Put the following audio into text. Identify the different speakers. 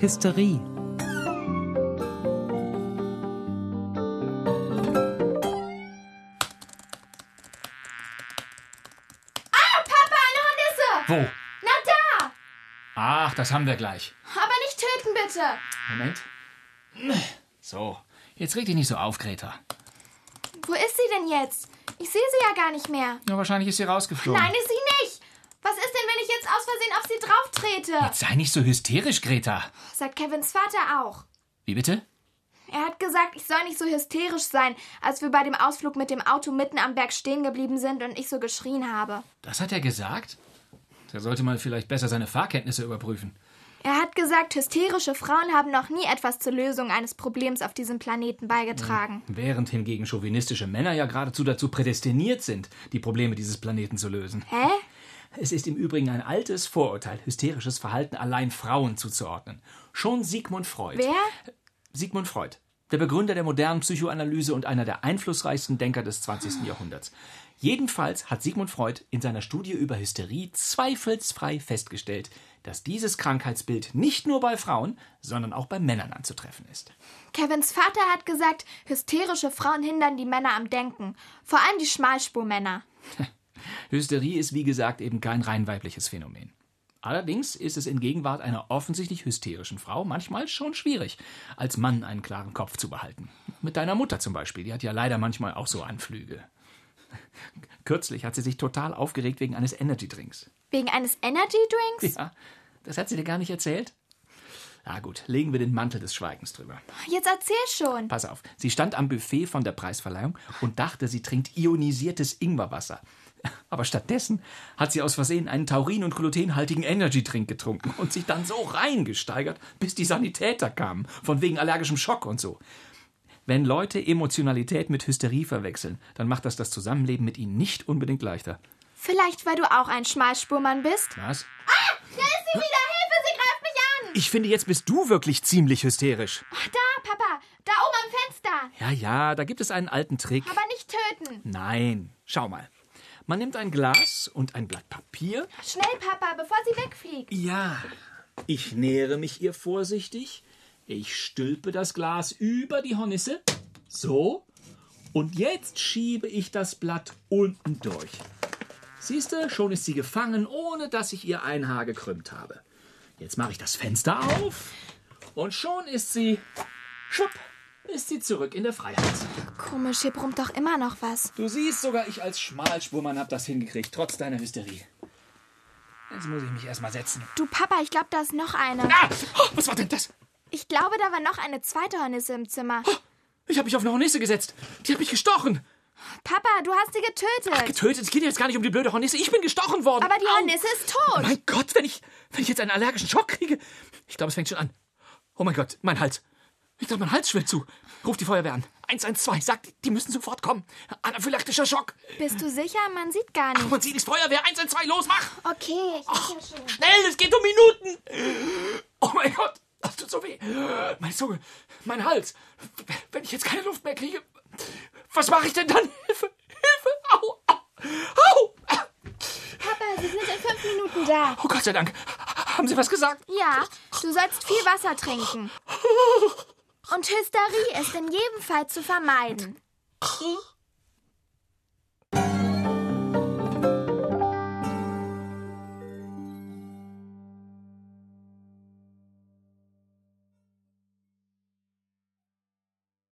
Speaker 1: Hysterie.
Speaker 2: Papa, eine Hornisse!
Speaker 3: Wo?
Speaker 2: Na da!
Speaker 3: Ach, das haben wir gleich.
Speaker 2: Aber nicht töten, bitte!
Speaker 3: Moment. So, jetzt reg dich nicht so auf, Greta.
Speaker 2: Wo ist sie denn jetzt? Ich sehe sie ja gar nicht mehr.
Speaker 3: Ja, wahrscheinlich ist sie rausgeflogen.
Speaker 2: Nein, ist sie nicht! Was ist denn, wenn ich jetzt aus Versehen auf sie drauf trete?
Speaker 3: Sei nicht so hysterisch, Greta.
Speaker 2: Sagt Kevins Vater auch.
Speaker 3: Wie bitte?
Speaker 2: Er hat gesagt, ich soll nicht so hysterisch sein, als wir bei dem Ausflug mit dem Auto mitten am Berg stehen geblieben sind und ich so geschrien habe.
Speaker 3: Das hat er gesagt? Der sollte mal vielleicht besser seine Fahrkenntnisse überprüfen.
Speaker 2: Er hat gesagt, hysterische Frauen haben noch nie etwas zur Lösung eines Problems auf diesem Planeten beigetragen.
Speaker 3: Während hingegen chauvinistische Männer ja geradezu dazu prädestiniert sind, die Probleme dieses Planeten zu lösen.
Speaker 2: Hä?
Speaker 3: Es ist im Übrigen ein altes Vorurteil, hysterisches Verhalten allein Frauen zuzuordnen. Schon Sigmund Freud.
Speaker 2: Wer?
Speaker 3: Sigmund Freud, der Begründer der modernen Psychoanalyse und einer der einflussreichsten Denker des 20. Jahrhunderts. Jedenfalls hat Sigmund Freud in seiner Studie über Hysterie zweifelsfrei festgestellt, dass dieses Krankheitsbild nicht nur bei Frauen, sondern auch bei Männern anzutreffen ist.
Speaker 2: Kevins Vater hat gesagt, hysterische Frauen hindern die Männer am Denken. Vor allem die Schmalspurmänner.
Speaker 3: Hysterie ist wie gesagt eben kein rein weibliches Phänomen. Allerdings ist es in Gegenwart einer offensichtlich hysterischen Frau manchmal schon schwierig, als Mann einen klaren Kopf zu behalten. Mit deiner Mutter zum Beispiel, die hat ja leider manchmal auch so Anflüge. Kürzlich hat sie sich total aufgeregt wegen eines Energy-Drinks.
Speaker 2: Wegen eines Energy Drinks?
Speaker 3: Ja, das hat sie dir gar nicht erzählt? Na gut, legen wir den Mantel des Schweigens drüber.
Speaker 2: Jetzt erzähl schon.
Speaker 3: Pass auf, sie stand am Buffet von der Preisverleihung und dachte, sie trinkt ionisiertes Ingwerwasser. Aber stattdessen hat sie aus Versehen einen taurin- und glutenhaltigen Energy-Trink getrunken und sich dann so reingesteigert, bis die Sanitäter kamen, von wegen allergischem Schock und so. Wenn Leute Emotionalität mit Hysterie verwechseln, dann macht das das Zusammenleben mit ihnen nicht unbedingt leichter.
Speaker 2: Vielleicht, weil du auch ein Schmalspurmann bist. Ah,
Speaker 3: Was?
Speaker 2: Da ist sie wieder! Hilfe, sie greift mich an!
Speaker 3: Ich finde, jetzt bist du wirklich ziemlich hysterisch.
Speaker 2: Ach, da, Papa! Da oben am Fenster!
Speaker 3: Ja, ja, da gibt es einen alten Trick.
Speaker 2: Aber nicht töten!
Speaker 3: Nein, schau mal. Man nimmt ein Glas und ein Blatt Papier
Speaker 2: Schnell, Papa, bevor sie wegfliegt.
Speaker 3: Ja, ich nähere mich ihr vorsichtig. Ich stülpe das Glas über die Hornisse. So. Und jetzt schiebe ich das Blatt unten durch. Siehste, schon ist sie gefangen, ohne dass ich ihr ein Haar gekrümmt habe. Jetzt mache ich das Fenster auf und schon ist sie. Schwupp, ist sie zurück in der Freiheit.
Speaker 2: Komisch, hier brummt doch immer noch was.
Speaker 3: Du siehst, sogar ich als Schmalspurmann hab das hingekriegt, trotz deiner Hysterie. Jetzt muss ich mich erstmal setzen.
Speaker 2: Du, Papa, ich glaube, da ist noch eine.
Speaker 3: Ah, oh, was war denn das?
Speaker 2: Ich glaube, da war noch eine zweite Hornisse im Zimmer.
Speaker 3: Ich habe mich auf eine Hornisse gesetzt. Die hat mich gestochen.
Speaker 2: Papa, du hast sie getötet.
Speaker 3: Getötet. Es geht jetzt gar nicht um die blöde Hornisse. Ich bin gestochen worden.
Speaker 2: Aber die
Speaker 3: Au.
Speaker 2: Hornisse ist tot.
Speaker 3: Mein Gott, wenn ich, wenn ich jetzt einen allergischen Schock kriege. Ich glaube, es fängt schon an. Oh mein Gott, mein Hals. Ich glaube, mein Hals schwillt zu. Ruf die Feuerwehr an. 112, sagt, die müssen sofort kommen. Anaphylaktischer Schock.
Speaker 2: Bist du sicher? Man sieht gar nicht.
Speaker 3: Man sieht nichts. Feuerwehr, 112, los, mach.
Speaker 2: Okay, ich bin ja schon.
Speaker 3: Schnell, es geht um Minuten. Oh mein Gott, das tut so weh. Meine Zunge, mein Hals. Wenn ich jetzt keine Luft mehr kriege, was mache ich denn dann? Hilfe, Hilfe, au, au, au.
Speaker 2: Papa, sie sind in fünf Minuten da.
Speaker 3: Oh Gott sei Dank, haben Sie was gesagt?
Speaker 2: Ja, du sollst viel Wasser trinken. Und Hysterie ist in jedem Fall zu vermeiden.